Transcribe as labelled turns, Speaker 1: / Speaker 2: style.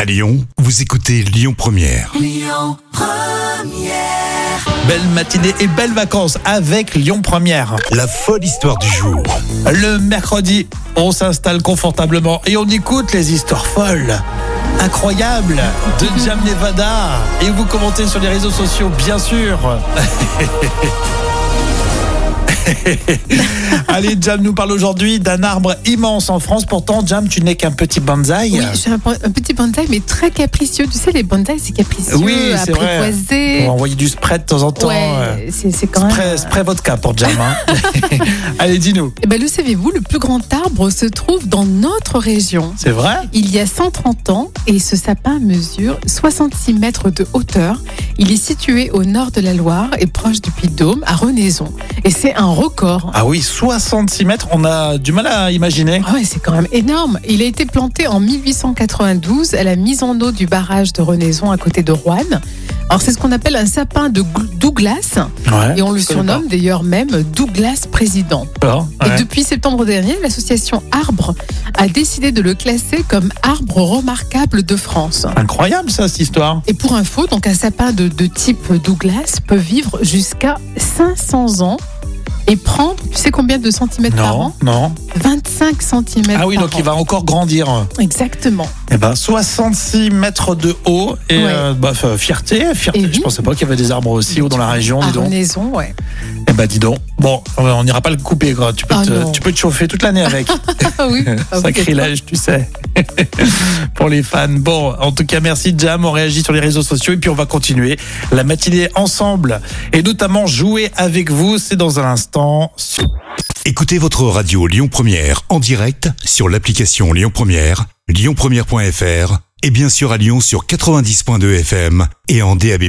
Speaker 1: À Lyon, vous écoutez Lyon Première.
Speaker 2: Belle matinée et belles vacances avec Lyon Première.
Speaker 1: La folle histoire du jour.
Speaker 2: Le mercredi, on s'installe confortablement et on écoute les histoires folles. incroyables de Jam Nevada et vous commentez sur les réseaux sociaux bien sûr. Allez Jam nous parle aujourd'hui d'un arbre immense en France pourtant Jam tu n'es qu'un petit bonsaï.
Speaker 3: Oui, j'ai un, un petit bonsaï, mais très capricieux. Tu sais, les bonsaïs, c'est capricieux,
Speaker 2: Oui, c'est vrai.
Speaker 3: apprivoisé.
Speaker 2: Pour envoyer du spray de temps en temps. euh,
Speaker 3: Ouais, c'est c'est quand même.
Speaker 2: Spray, spray vodka pour Jam. hein. Allez dis-nous.
Speaker 3: Eh ben, le savez-vous, le plus grand arbre se trouve dans notre région.
Speaker 2: C'est vrai
Speaker 3: Il y a 130 ans et ce sapin mesure 66 mètres de hauteur. Il est situé au nord de la Loire et proche du Puy-de-Dôme, à Renaison. Et c'est un record.
Speaker 2: Ah oui, 66 mètres, on a du mal à imaginer.
Speaker 3: Ah ouais, c'est quand même énorme. Il a été planté en 1892 à la mise en eau du barrage de Renaison à côté de Roanne. Alors c'est ce qu'on appelle un sapin de Gl- Douglas et on le
Speaker 2: Ah, je connais
Speaker 3: surnomme d'ailleurs même Douglas président.
Speaker 2: Alors, ouais.
Speaker 3: Et depuis septembre dernier, l'association Arbre a décidé de le classer comme arbre remarquable de France.
Speaker 2: Incroyable ça, cette histoire.
Speaker 3: Et pour info, donc un sapin de, de type Douglas peut vivre jusqu'à 500 ans et prendre, tu sais combien de centimètres par
Speaker 2: Non,
Speaker 3: an
Speaker 2: non.
Speaker 3: 25 centimètres
Speaker 2: Ah oui,
Speaker 3: par
Speaker 2: donc il
Speaker 3: an.
Speaker 2: va encore grandir.
Speaker 3: Exactement.
Speaker 2: Eh ben, 66 mètres de haut et
Speaker 3: Ouais.
Speaker 2: euh, bah, f- fierté, fierté.
Speaker 3: Et
Speaker 2: Je
Speaker 3: oui.
Speaker 2: pensais pas qu'il y avait des arbres aussi hauts dans la région,
Speaker 3: À
Speaker 2: dis donc.
Speaker 3: Renaison, ouais.
Speaker 2: Eh ben, dis donc. Bon, euh, on n'ira pas le couper, quoi. Tu peux,
Speaker 3: Ah
Speaker 2: te,
Speaker 3: non.
Speaker 2: tu peux te chauffer toute l'année avec.
Speaker 3: Ah oui. Ah oui,
Speaker 2: Sacrilège, tu sais. Pour les fans. Bon, en tout cas, merci Jam. On réagit sur les réseaux sociaux et puis on va continuer la matinée ensemble et notamment jouer avec vous. C'est dans un instant. sur-
Speaker 1: Écoutez votre radio Lyon Première en direct sur l'application Lyon Première, lyonpremière.fr et bien sûr à Lyon sur 90.2 FM et en DAB+.